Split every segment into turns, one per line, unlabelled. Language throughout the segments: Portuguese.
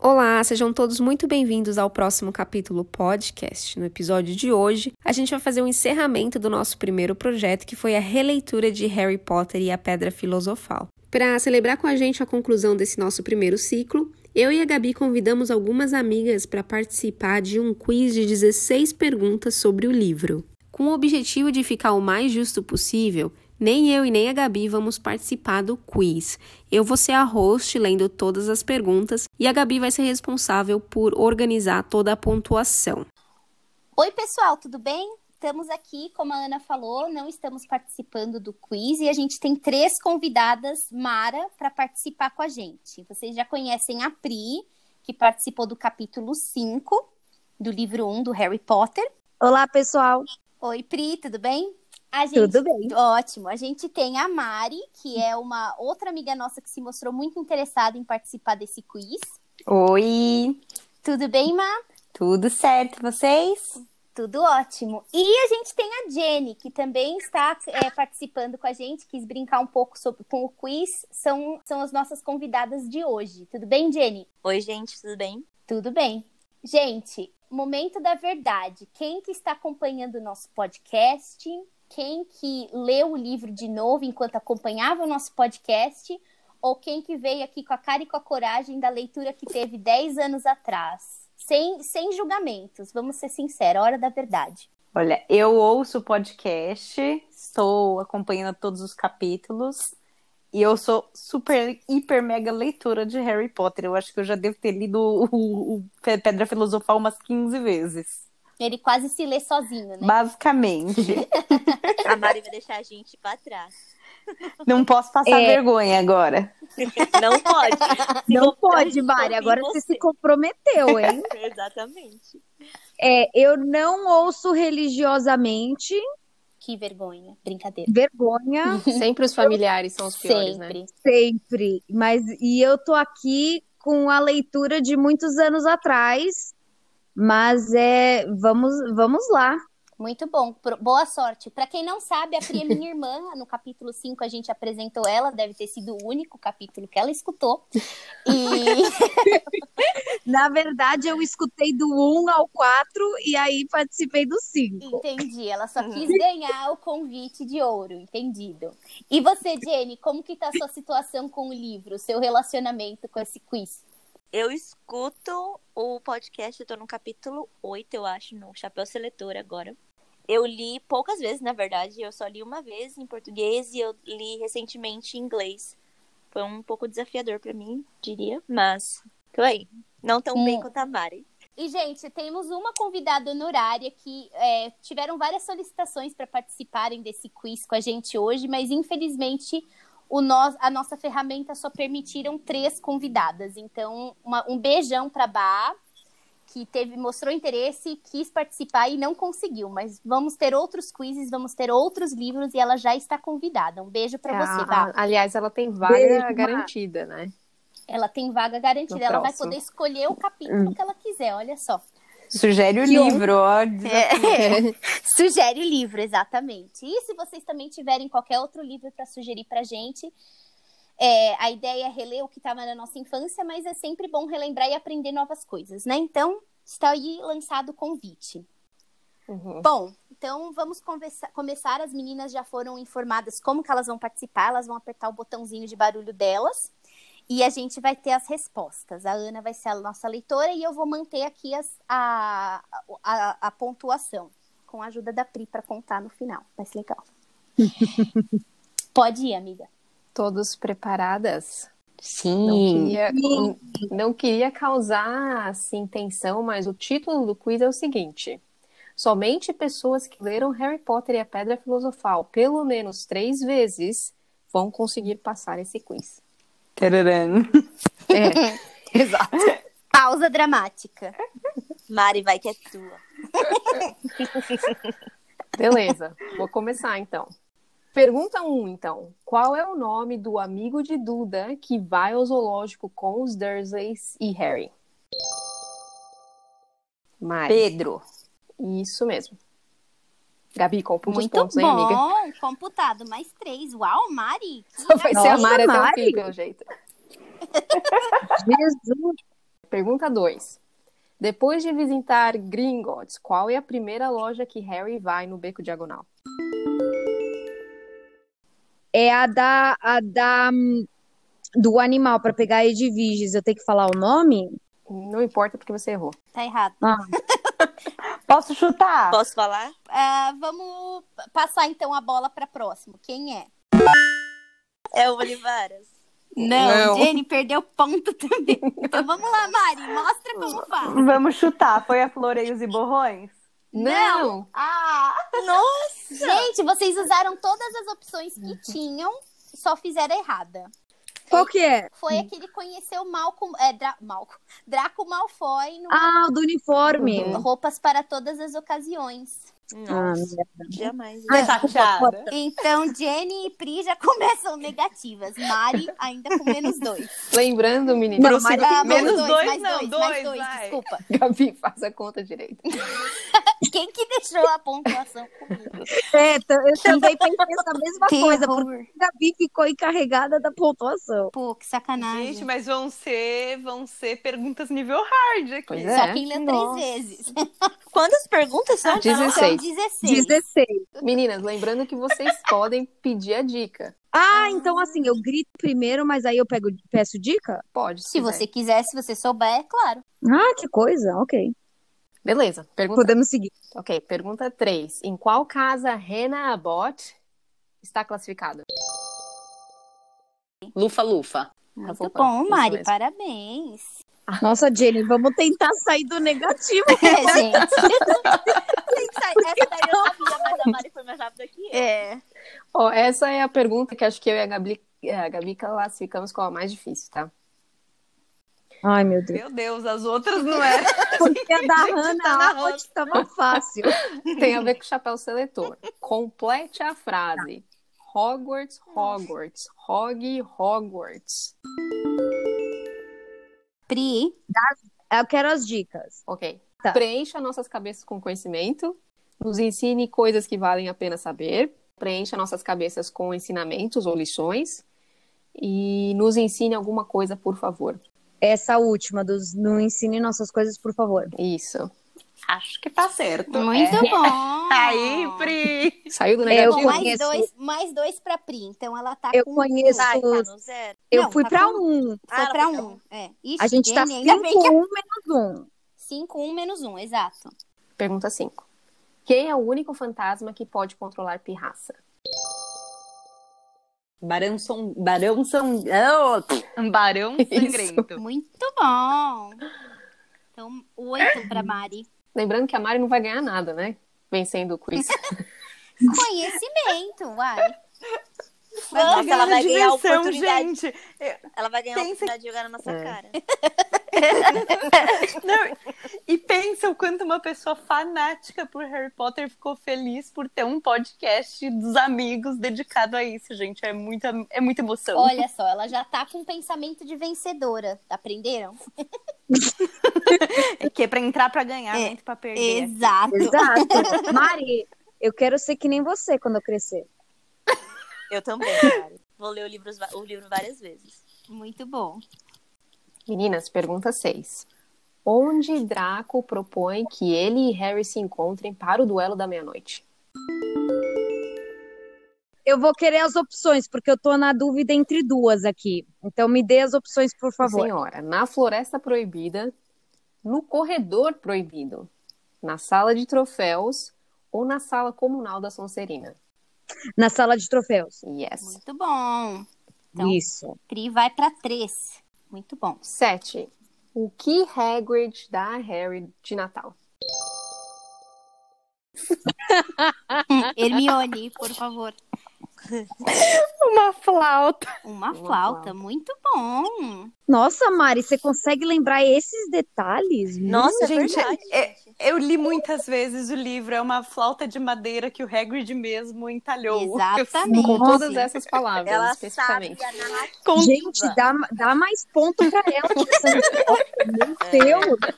Olá, sejam todos muito bem-vindos ao próximo capítulo podcast. No episódio de hoje, a gente vai fazer o um encerramento do nosso primeiro projeto, que foi a releitura de Harry Potter e a Pedra Filosofal. Para celebrar com a gente a conclusão desse nosso primeiro ciclo, eu e a Gabi convidamos algumas amigas para participar de um quiz de 16 perguntas sobre o livro. Com o objetivo de ficar o mais justo possível, nem eu e nem a Gabi vamos participar do quiz. Eu vou ser a host lendo todas as perguntas e a Gabi vai ser responsável por organizar toda a pontuação.
Oi, pessoal, tudo bem? Estamos aqui, como a Ana falou, não estamos participando do quiz e a gente tem três convidadas Mara para participar com a gente. Vocês já conhecem a Pri, que participou do capítulo 5 do livro 1 um, do Harry Potter.
Olá, pessoal.
Oi, Pri, tudo bem? Gente,
Tudo bem.
Ótimo. A gente tem a Mari, que é uma outra amiga nossa que se mostrou muito interessada em participar desse quiz.
Oi!
Tudo bem, Ma?
Tudo certo, vocês?
Tudo ótimo. E a gente tem a Jenny, que também está é, participando com a gente, quis brincar um pouco sobre, com o quiz. São, são as nossas convidadas de hoje. Tudo bem, Jenny?
Oi, gente, tudo bem?
Tudo bem. Gente, momento da verdade. Quem que está acompanhando o nosso podcast? quem que leu o livro de novo enquanto acompanhava o nosso podcast, ou quem que veio aqui com a cara e com a coragem da leitura que teve 10 anos atrás. Sem, sem julgamentos, vamos ser sinceros, hora da verdade.
Olha, eu ouço o podcast, estou acompanhando todos os capítulos, e eu sou super, hiper, mega leitura de Harry Potter. Eu acho que eu já devo ter lido o, o, o Pedra Filosofal umas 15 vezes.
Ele quase se lê sozinho, né?
Basicamente.
a Mari vai deixar a gente pra trás.
Não posso passar é... vergonha agora.
Não pode.
Se Não pode, Mari. Agora você. você se comprometeu, hein?
Exatamente.
É, eu não ouço religiosamente.
Que vergonha. Brincadeira.
Vergonha.
Sempre os familiares são os piores,
Sempre. né?
Sempre. Mas e eu tô aqui com a leitura de muitos anos atrás mas é, vamos, vamos lá.
Muito bom, boa sorte. Para quem não sabe, a Pri é minha irmã. No capítulo 5 a gente apresentou ela, deve ter sido o único capítulo que ela escutou. E
na verdade eu escutei do 1 um ao 4 e aí participei do 5.
Entendi, ela só quis ganhar o convite de ouro, entendido. E você, Jenny, como que tá a sua situação com o livro, seu relacionamento com esse quiz?
Eu escuto o podcast, eu tô no capítulo 8, eu acho, no Chapéu Seletor agora. Eu li poucas vezes, na verdade, eu só li uma vez em português e eu li recentemente em inglês. Foi um pouco desafiador para mim, diria, mas tô aí. Não tão hum. bem quanto a Mari.
E, gente, temos uma convidada honorária que é, tiveram várias solicitações para participarem desse quiz com a gente hoje, mas infelizmente o nós, a nossa ferramenta só permitiram três convidadas. Então, uma, um beijão para Bá, que teve mostrou interesse, quis participar e não conseguiu. Mas vamos ter outros quizzes, vamos ter outros livros e ela já está convidada. Um beijo para você, Bá.
Aliás, ela tem vaga beijo, garantida, né?
Ela tem vaga garantida. No ela próximo. Hum. vai poder escolher o capítulo que ela quiser. Olha só.
Sugere o que livro, ó. É.
Sugere o livro, exatamente. E se vocês também tiverem qualquer outro livro para sugerir para gente, é, a ideia é reler o que estava na nossa infância, mas é sempre bom relembrar e aprender novas coisas, né? Então, está aí lançado o convite. Uhum. Bom, então vamos conversa- começar. As meninas já foram informadas como que elas vão participar, elas vão apertar o botãozinho de barulho delas. E a gente vai ter as respostas. A Ana vai ser a nossa leitora e eu vou manter aqui as, a, a, a, pontuação, com a ajuda da Pri para contar no final. Vai ser legal. Pode ir, amiga.
Todos preparadas?
Sim.
Não queria, não queria causar assim, tensão, mas o título do quiz é o seguinte. Somente pessoas que leram Harry Potter e a Pedra Filosofal pelo menos três vezes vão conseguir passar esse quiz.
Tararam.
É, exato.
Pausa dramática.
Mari, vai que é tua.
Beleza, vou começar então. Pergunta 1, um, então. Qual é o nome do amigo de Duda que vai ao zoológico com os Dursleys e Harry?
Mari. Pedro.
Isso mesmo. Gabi, computa
Muito
os pontos,
bom.
hein, amiga?
computado, mais três. Uau, Mari!
Só vai Nossa, ser a Mari, Mari. até o fim, pelo jeito.
Jesus!
Pergunta 2. Depois de visitar Gringotts, qual é a primeira loja que Harry vai no Beco Diagonal?
É a da, a da hum, do animal para pegar Edviges. Eu tenho que falar o nome?
Não importa porque você errou.
Tá errado.
Posso chutar?
Posso falar?
Ah, vamos passar então a bola pra próximo. Quem é?
É o Olivaras.
Não.
Jenny perdeu ponto também. Então vamos lá, Mari, mostra como faz.
Vamos chutar. Foi a Floreios e Borrões?
Não!
Ah! Nossa! Gente, vocês usaram todas as opções que tinham, só fizeram errada.
Qual que é?
Foi a que ele conheceu Malcolm, é, Dra, Malcolm, Draco Malfoy no
Ah, o do uniforme.
Roupas para Todas as Ocasiões.
Ah,
Nossa, jamais.
Tá chateada.
Então, Jenny e Pri já começam negativas. Mari ainda com menos dois.
Lembrando, menina,
Não, mas-
Ah, mais
Menos dois,
mais
não,
dois,
dois,
mais dois,
vai.
desculpa.
Gabi, faz a conta direito.
Quem que deixou a pontuação comigo?
É, t- eu também pensei essa mesma
Que
coisa,
horror.
porque a Gabi ficou encarregada da pontuação.
Pô, que sacanagem.
Gente, mas vão ser, vão ser perguntas nível hard aqui.
Pois
Só
é.
quem leu
Nossa.
três vezes.
Quantas perguntas são?
Então, tá, São
16.
16.
16.
Meninas, lembrando que vocês podem pedir a dica.
Ah, então assim, eu grito primeiro, mas aí eu pego, peço dica?
Pode.
Se você quiser, se você souber, é claro.
Ah, que coisa, ok.
Beleza. Pergunta...
Podemos seguir.
Ok, pergunta 3. Em qual casa Hannah Abbott está classificada?
Lufa, lufa.
Muito
Rafa,
bom,
isso
Mari.
mesmo.
Parabéns. Ah.
Nossa, Jenny, vamos tentar sair do negativo.
É, gente.
Essa daí eu sabia, mas a Mari foi mais rápida que eu.
É.
Ó, essa é a pergunta que acho que eu e a Gabi, é, a Gabi classificamos como a mais difícil, tá?
Ai, meu Deus.
Meu Deus, as outras não é. eram.
Porque a da
tá na
Hannah Abbott tava fácil.
Tem a ver com o chapéu seletor. Complete a frase. Hogwarts, Hogwarts, Hog, Hogwarts.
Pri,
Eu quero as dicas.
Ok.
Tá.
Preencha nossas cabeças com conhecimento. Nos ensine coisas que valem a pena saber. Preencha nossas cabeças com ensinamentos ou lições. E nos ensine alguma coisa, por favor.
Essa última, dos não ensine nossas coisas, por favor.
Isso.
Acho que tá certo. Tá
muito bom.
Aí, Pri.
Saiu do
É, eu
negativo?
Bom, mais
conheço-
dois, mais dois pra Pri. Então ela tá
Eu
com
conheço.
Vai, tá no zero.
Eu
Não,
fui
tá
pra
com-
um.
Foi
ela
pra
foi pra
um. É. Ixi,
A gente tá 5,
Jenny, ainda bem que
1 menos um.
5, 1 menos 1, exato.
Pergunta 5. Quem é o único fantasma que pode controlar pirraça?
Barão São... Barão São... Ah,
Um Barão sangrento.
Muito bom. Então, 8 pra Mari.
Lembrando que a Mari não vai ganhar nada, né? Vencendo o quiz.
Conhecimento, uai.
Mas, nossa, ela vai ganhar a
Direção,
oportunidade.
gente.
Ela vai ganhar a
Pensa-
oportunidade de jogar na nossa
É.
cara.
Não, e pensa o quanto uma pessoa fanática por Harry Potter ficou feliz por ter um podcast dos amigos dedicado a isso, gente. É muita, é muita emoção.
Olha só, ela já tá com um pensamento de vencedora. Aprenderam?
É que é pra entrar pra ganhar, não entra pra perder.
Exato.
Exato. Mari, eu quero ser que nem você quando eu crescer.
Eu também, Mari. Vou ler o livro, o livro várias vezes.
é.
Muito bom.
Meninas, pergunta 6. Onde Draco propõe que ele e Harry se encontrem para o duelo da meia-noite?
Eu vou querer as opções, porque eu tô na dúvida entre duas aqui. Então me dê as opções, por favor.
Senhora, na Floresta Proibida, no Corredor Proibido, na Sala de Troféus ou na Sala Comunal da Sonserina?
Na sala de troféus.
Yes.
Muito bom. Então.
Isso.
Pri vai pra 3. Muito bom.
7. O que Hagrid dá a Harry de Natal?
Hermione, por favor.
Uma flauta.
Uma,
Uma
flauta.
flauta.
Muito bom.
Nossa, Mari, você consegue lembrar esses detalhes?
Nossa,
gente,
é verdade,
é-
gente.
Eu li muitas vezes o livro. É uma flauta de madeira que o Hagrid mesmo entalhou.
Exatamente.
Com todas essas palavras,
Ela sabe
especificamente.
a narrativa.
Com
É.
Gente, dá, dá mais ponto pra ela. que essa menina. Meu Deus!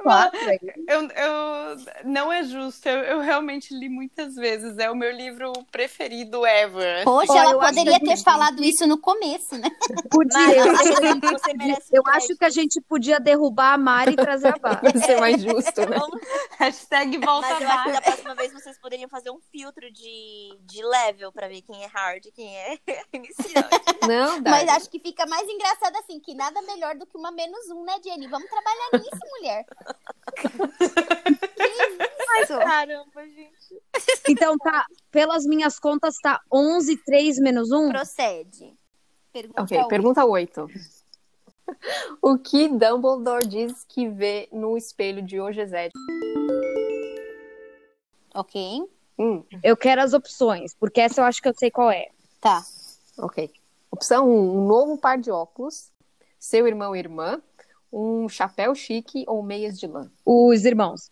Quatro aí.
Eu, eu- não é justo, eu, eu realmente li muitas vezes. É o meu livro preferido ever.
Poxa,
Ó,
ela
eu acho
poderia
que-
ter falado isso no começo, né?
Mari,
Podia.
você, você merece um
Eu
crédito.
acho que a gente podia derrubar a Mari e trazer a Bá.
Vai ser mais justo, né?
Vamos-
Hashtag volta
Mas eu acho que
mais.
da próxima vez vocês poderiam fazer um filtro de, de level pra ver quem é hard e quem é iniciante.
Não, dá.
Mas acho que fica mais engraçado assim, que nada melhor do que uma menos um, né, Jenny? Vamos trabalhar nisso, mulher.
Caramba, gente.
Então tá, pelas minhas contas tá 11, 3 menos 1.
Procede. Pergunta
Ok,
outra.
pergunta 8. Então, O que Dumbledore diz que vê no espelho de Ogezed?
um. Ok,
Hum,
Eu quero as opções, porque essa eu acho que eu sei qual é.
tá.
ok. Opção 1, um novo par de óculos, seu irmão e irmã, um chapéu chique ou meias de lã.
Os irmãos.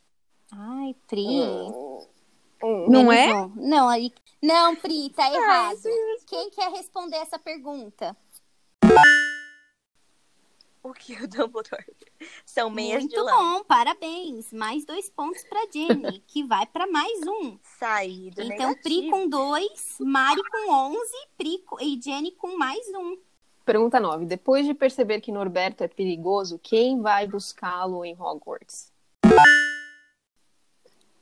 Ai, Pri.
Hum,
Não
menos
é? Ah,
um. Não, aí... Não, Pri, tá errado. Quem quer responder essa pergunta?
O que o Dumbledore? São meias de
Muito
lã.
bom, parabéns. Mais dois pontos pra Jenny, que vai pra mais um.
Saído
Então, Pri
negativo.
com dois, Mari com 11 Pri co- e Jenny com mais um.
Pergunta 9. Depois de perceber que Norberto é perigoso, quem vai buscá-lo em Hogwarts?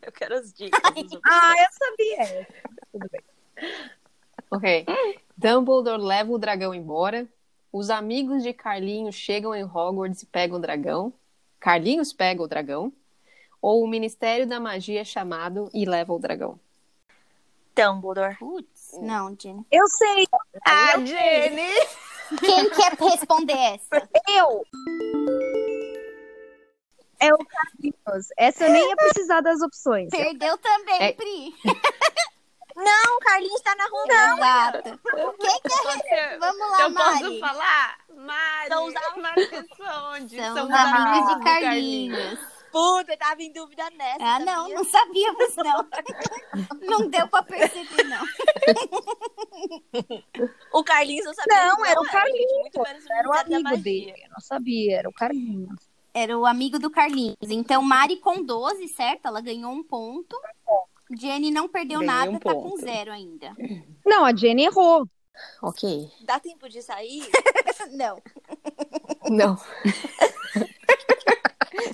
Eu quero as dicas.
Ah, eu sabia.
Ok. Dumbledore leva o dragão embora. Os amigos de Carlinhos chegam em Hogwarts e pegam o dragão. Carlinhos pega o dragão. Ou o Ministério da Magia é chamado e leva o dragão.
Dumbledore.
Putz,
É.
não, Jenny.
Eu sei,
Ah, Jenny!
Quem quer responder essa?
eu. É o Carlinhos. Essa eu nem ia precisar das opções.
Perdeu também,
É-
Pri.
Não, o Carlinhos tá na rua.
Exato. Quem quer? Vamos lá,
eu posso
Mari.
falar? Mari,
São os
marcação de
São
São
os amigos
do
de Carlinhos.
Puta, eu tava em dúvida nessa.
Ah, não,
sabia?
não sabíamos, não. Não deu pra perceber, não.
O Carlinhos não sabia.
Não,
que
era o
gente,
Carlinhos,
muito menos o
Era
Ministério
o
da
amigo
Magia.
dele. Eu não sabia, era o Carlinhos.
Era o amigo do Carlinhos. Então, Mari com 12, certo? Ela ganhou um ponto. Jenny não perdeu
Ganhei
nada,
um
tá com
ponto.
zero ainda.
Não, a Jenny errou.
Ok.
Dá tempo de sair?
Não.
Não.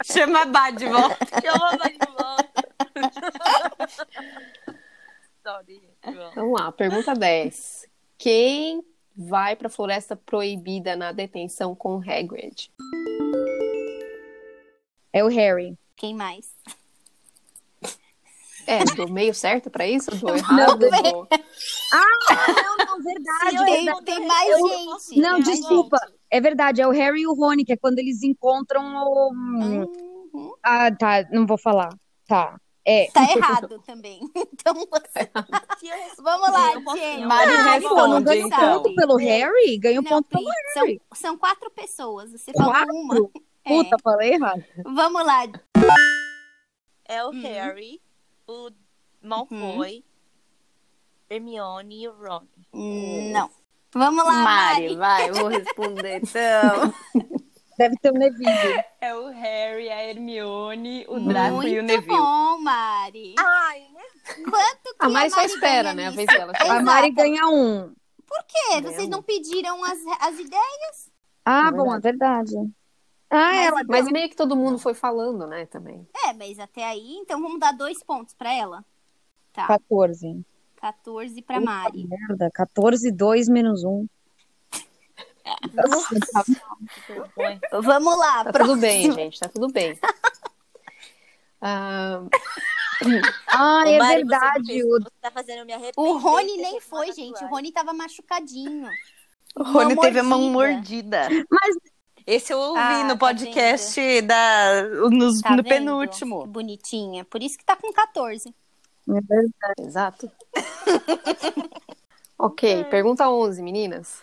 Chama a Bá de volta.
Chama a Bad de volta. Sorry, gente. Vamos.
Vamos lá. Pergunta 10. Quem vai para a Floresta Proibida na detenção com Hagrid?
É o Harry.
Quem mais?
É, do meio certo para isso? Do errado? Do...
Não, não, verdade.
Se eu
tem-
responder,
tem mais
eu
gente.
posso.
Não,
Tem mais
desculpa.
gente.
É verdade, é o Harry e o Rony, que é quando eles encontram o.
Uhum.
Ah, tá, não vou falar. Tá. É.
Tá errado também. Então, você-
Se eu responder,
vamos lá,
eu posso-
Jenny.
Mari
Ah,
responde,
pô, não ganha um
então.
ponto pelo Harry? Ganha um
Não,
ponto
Pri,
pelo
são,
Harry.
são quatro pessoas. Você falou
Quatro?
uma. É.
Puta, falei errado.
Vamos lá.
É o
Uhum.
Harry, o Malfoy, Hermione e o Ron.
Não. Vamos lá,
Mari,
Mari.
vai, vou responder então.
Deve ter um Neville.
É o Harry, a Hermione, o Draco e
Muito
o Neville.
bom, Mari.
Ai,
né? Quanto que
Ah, mas
a
só
Mari
espera,
ganha
né? A
nisso?
vez dela.
A Mari ganha um.
É, vocês não pediram as, as ideias?
Ah,
É
bom, é verdade. Ah,
Mas
ela.
Mas meio que todo mundo foi falando, né, também.
É, mas até aí, então vamos dar dois pontos pra ela. Tá.
14.
14 pra Mari.
é Tá Merda, 14, 2 menos 1. É.
Vamos lá,
Tá
pro-
tudo bem, gente, tá tudo bem. Ah,
Ah,
Ô, Mari,
é
Você,
verdade.
não
O...
fez, você tá fazendo eu me arrepender.
O Rony
Tem
nem
que
foi,
falar
gente. O
claro.
Rony tava machucadinho. tá
O Rony
Uma
teve a mão
mordida.
mordida.
Mas
Esse eu ouvi
Ah,
no
tá
podcast da, nos-
Tá
no
vendo?
penúltimo.
Bonitinha. Por isso que tá com 14.
É
exato.
É.
ok, pergunta 11, meninas.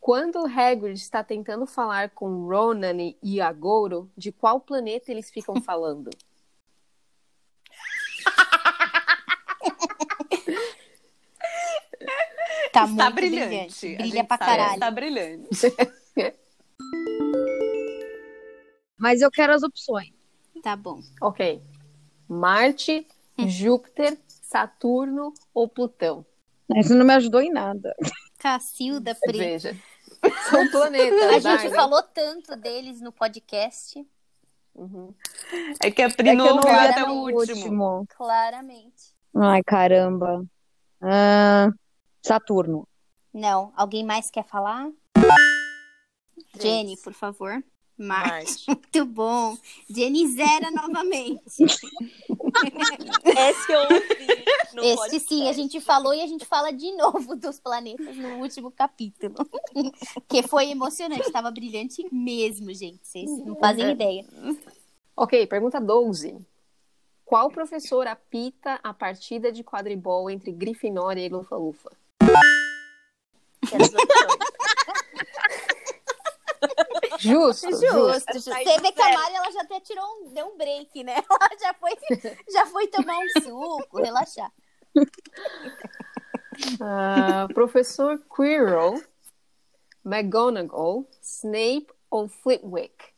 Quando Hagrid está tentando falar com Ronan e Agouro, de qual planeta eles ficam falando?
Tá
Está
muito brilhante.
brilhante. É A
Brilha
gente
pra
sabe que
caralho.
Está brilhante.
mas eu quero as opções.
Tá bom.
Ok. Marte, Júpiter, Saturno ou Plutão?
Isso É não me ajudou em nada.
Cacilda, Pri.
Veja. São planetas.
A gente
Darwin.
falou tanto deles no podcast,
Uhum.
É que a Pri
É que
não
eu não
ouviu
ouvi
até
até
o
o
último.
claramente.
Ai, caramba. Ah, Saturno.
Não. Alguém mais quer falar? Jenny, por favor. Mar.
Marte.
Muito bom. Jenny zera novamente.
Esse eu ouvi. no
Este
podcast.
sim, a gente falou e a gente fala de novo dos planetas no último capítulo. que foi emocionante, tava brilhante mesmo, gente. Vocês não fazem ideia.
Ok, pergunta 12. Qual professor apita a partida de quadribol entre Grifinória e Lufa-Lufa?
Quero as opções.
Justo, justo.
É Justo, justo.
Ai,
Você vê que a
sério.
Mari, ela já até tirou um, deu um break, né? Ela já foi, já foi tomar um suco, relaxar.
Ah, professor Quirrell, McGonagall, Snape ou Flitwick?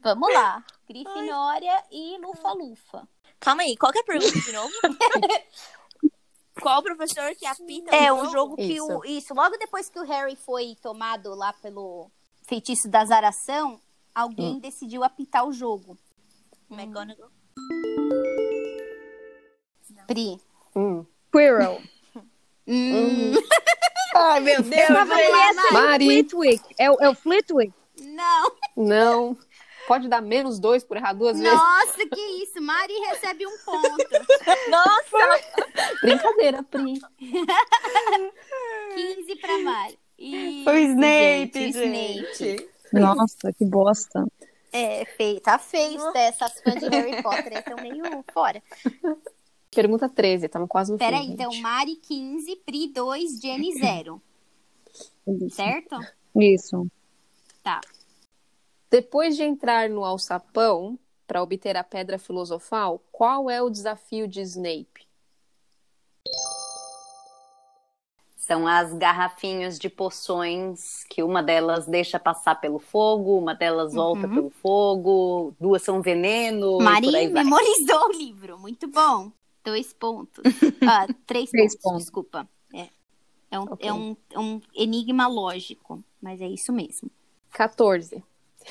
Vamos lá. Grifinória e Lufa-Lufa.
Calma aí, qual que é a pergunta de novo? qual professor que apita
É,
o
um jogo que
Isso.
o. Isso, logo depois que o Harry foi tomado lá pelo feitiço da azaração, alguém decidiu apitar o jogo.
McGonagall.
Pri.
Hum.
Quirrell.
Hum,
Tá
Ai, meu Deus.
Mari,
Flitwick. É, o- é o Flitwick?
Não,
não. Pode dar menos dois por errar duas vezes?
nossa, que isso. Mari recebe um ponto.
Nossa!
Brincadeira, Pri.
15 pra Mari. E...
Foi o Snape,
Gente, o Snape.
gente.
Nossa, que bosta.
É, feio, tá feio isso, né? essas fãs de Harry Potter aí estão meio fora.
Pergunta 13, estamos quase no
Peraí,
fim.
então,
gente.
Mari 15, Pri 2, Jenny 0. Certo?
Isso.
Depois de entrar no alçapão para obter a pedra filosofal, qual é o desafio de Snape?
São as garrafinhas de poções que uma delas deixa passar pelo fogo, uma delas
Uhum.
volta pelo fogo, duas são veneno. e
Mari
por aí vai.
memorizou o livro, muito bom. Dois pontos. Ah, três,
Três
pontos,
pontos.
desculpa. É, é, um,
Ok.
é um, é um enigma lógico, mas é isso mesmo.
14.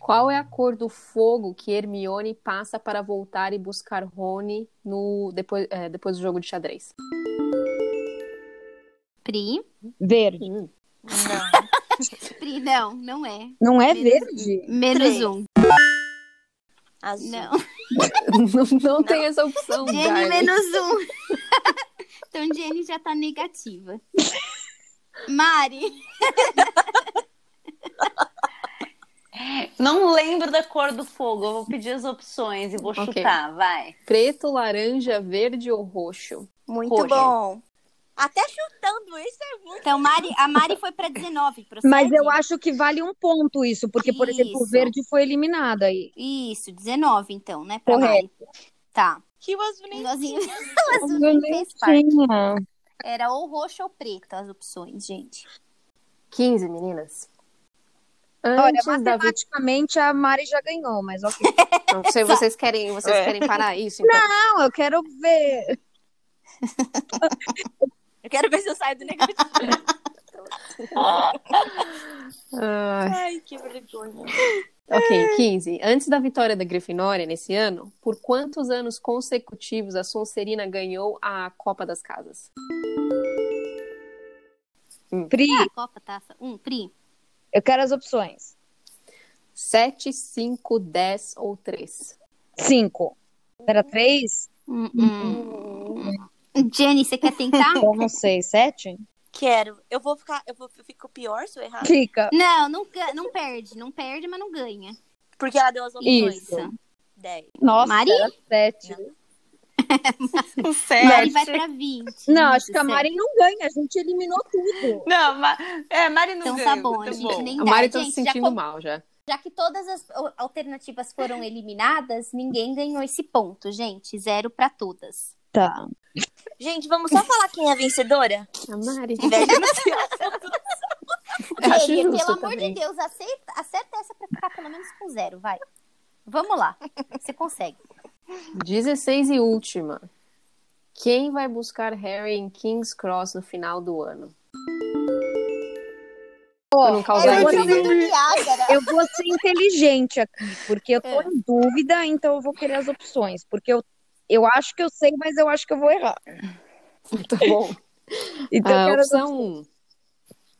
qual é a cor do fogo que Hermione passa para voltar e buscar Rony no depois, é, depois do jogo de xadrez?
Pri?
Verde.
Hum.
Não.
Pri, não, não é.
Não é
Menos-
verde?
Menos
Três.
um.
Azul.
Não.
Não, não tem essa opção,
Jenny
Darling.
menos um. então Jenny já tá negativa. Mari,
Não lembro da cor do fogo, eu vou pedir as opções e vou
Ok.
chutar, vai.
Preto, laranja, verde ou roxo?
Muito
Roxo.
bom. Até chutando, isso é muito.
então Mari, a Mari foi pra 19, procede?
Mas eu acho que vale um ponto isso, porque, por exemplo, o
Tá Isso.
verde foi eliminado aí.
Isso, 19 então, né, pra
Correto.
Mari. Tá.
Que o azul nem.
Igualzinho- o azul nem fez parte.
Tinha.
Era ou roxo ou preto as opções, gente.
15, meninas.
Olha,
Antes da vi-
matematicamente a Mari já ganhou, mas ok.
Não sei, vocês querem, vocês
É.
querem parar isso? Então?
Não, eu quero ver.
Eu quero ver se eu saio do negativo.
então?
Ai, que vergonha.
Ah, Ok, 15. Antes da vitória da Grifinória nesse ano, por quantos anos consecutivos a Sonserina ganhou a Copa das Casas?
Pri,
Ah, Copa, taça. Um, Pri.
eu quero as opções.
7, 5, 10 ou 3?
Cinco. Era três?
Hum, hum. Jenny, você quer tentar?
Eu não sei. Sete?
Quero. Eu vou ficar. Eu, vou, eu fico pior se eu errar.
Fica.
não, não, ga- não perde. Não perde, mas não ganha.
Porque ela deu as opções.
Isso.
Nossa.
10.
Nossa,
Mari?
era sete.
O
Mari
sete.
vai pra 20.
Não, acho que a
Isso,
Mari não ganha. A gente eliminou tudo.
Não, Ma- é, Mari não
Então
ganhou.
tá bom, a gente nem
A
dá.
Mari tá
gente,
se sentindo
já, com-
mal já.
já que todas as o- alternativas foram eliminadas, ninguém ganhou esse ponto, gente. Zero pra todas.
Tá.
Gente, vamos só falar quem é a vencedora?
A Mari.
Em vez de anunciar.
Acho
Ele,
justo
pelo amor
também.
de Deus, aceita, acerta essa pra ficar pelo menos com zero, vai. Vamos lá, você consegue.
16 e última. Quem vai buscar Harry em King's Cross no final do ano? Pra não
Era
causar
o
intriga.
jogo do Niágara.
Eu vou ser inteligente aqui, porque eu tô
É.
em dúvida, então eu vou querer as opções. Porque eu, eu acho que eu sei, mas eu acho que eu vou errar.
Tá bom.
Então eu
Ah,
quero as
opção 1.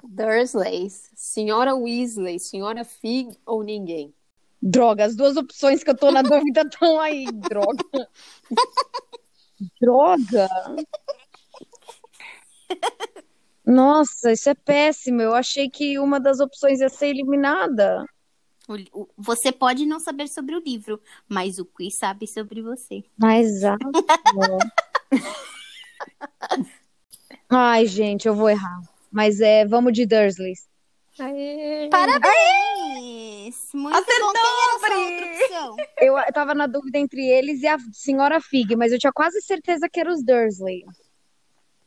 Dursley, Senhora Weasley, Senhora Fig ou ninguém?
Droga, as duas opções que eu tô na dúvida estão aí. Droga. Droga. Nossa, isso é péssimo. Eu achei que uma das opções ia ser eliminada.
O- o- Você pode não saber sobre o livro, mas o quiz sabe sobre você.
Mas ah, não. Ai, gente, eu vou errar. Mas é, vamos de Dursley.
Parabéns! Muito bom. Quem era a sua outra opção?
Eu eu tava na dúvida entre eles e a senhora Fig, mas eu tinha quase certeza que era os Dursley.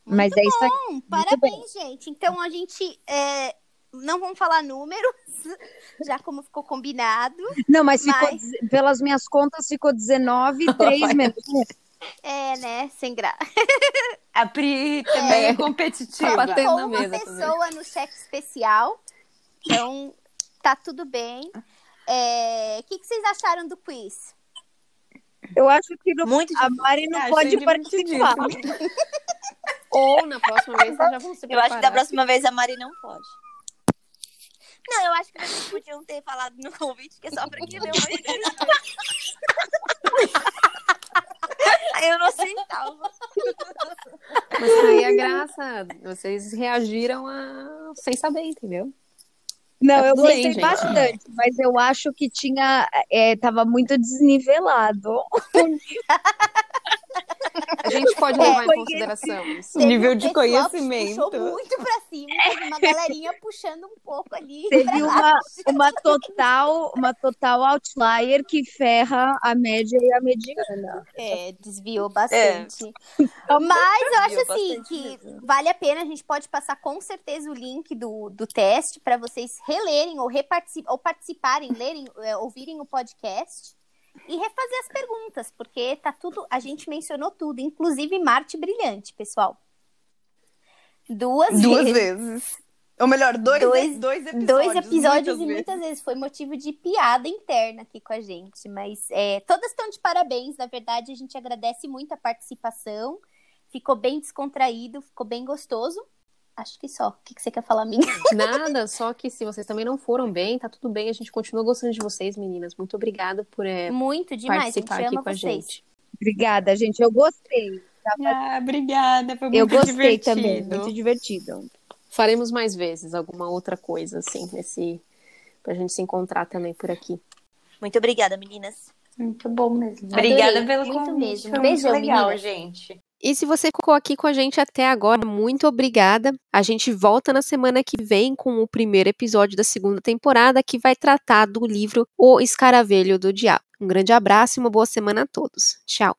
Mas é isso aí.
Hum, parabéns, gente. Então a gente é, não vamos falar números, já como ficou combinado.
Não, mas ficou,
Mas-
deze- pelas minhas contas, ficou 19, 3 menos.
É, né? Sem graça.
A Pri também é,
Tá
competitiva.
tá batendo
Colocou
na
uma
mesa
pessoa no cheque especial. Então, tá tudo bem. É, O que, que vocês acharam do quiz?
Eu acho que não-
Muito
a Mari não
Ah,
pode
achei
participar.
divertidíssimo.
Ou na próxima vez vocês já vão se
Eu acho que da
preparar.
próxima vez a Mari não pode. Não, eu acho que vocês podiam ter falado no convite que é só pra quem leu mais Aí eu não aceitava.
Mas aí é graça. Vocês reagiram a... sem saber, entendeu?
Não,
Tá
eu
tudo bem,
gostei
gente.
bastante, mas eu acho que tinha. É, tava muito desnivelado.
A gente pode
É,
levar em
porque-
consideração isso.
Teve um
nível de
pessoal que
conhecimento.
Puxou muito pra cima, teve uma galerinha puxando um pouco ali.
Teve uma, uma total, uma total outlier que ferra a média e a mediana.
É, desviou bastante. Mas eu acho assim que vale a pena, a gente pode passar com certeza o link do, do teste para vocês relerem ou, repartici- ou participarem, lerem, é, ouvirem o podcast e refazer as perguntas, porque tá tudo, a gente mencionou tudo, inclusive Marte Brilhante, pessoal. Duas,
Duas
vezes.
vezes. Ou melhor, dois,
Dois-
dois episódios.
Dois episódios e
muitas vezes.
muitas vezes. Foi motivo de piada interna aqui com a gente. Mas é, todas estão de parabéns. Na verdade, a gente agradece muito a participação. Ficou bem descontraído, ficou bem gostoso. Acho que só. O que, que você quer falar, amiga?
Nada, só que se vocês também não foram bem, tá tudo bem. A gente continua gostando de vocês, meninas. Muito obrigada por eh,
muito demais. A gente
participar aqui
ama
com a
vocês.
gente.
Obrigada, gente. Eu gostei.
Ah, obrigada. Foi muito
Eu gostei
divertido.
também. Muito divertido.
Faremos mais vezes alguma outra coisa, assim, nesse. Pra gente se encontrar também por aqui.
Muito obrigada, meninas.
Muito bom mesmo.
Adorei,
Obrigada pelo
muito
convite.
mesmo.
Foi
Beijão,
muito legal,
meninas.
gente.
E se você ficou aqui com a gente até agora, muito obrigada. A gente volta na semana que vem com o primeiro episódio da segunda temporada, que vai tratar do livro O Escaravelho do Diabo. Um grande abraço e uma boa semana a todos. Tchau.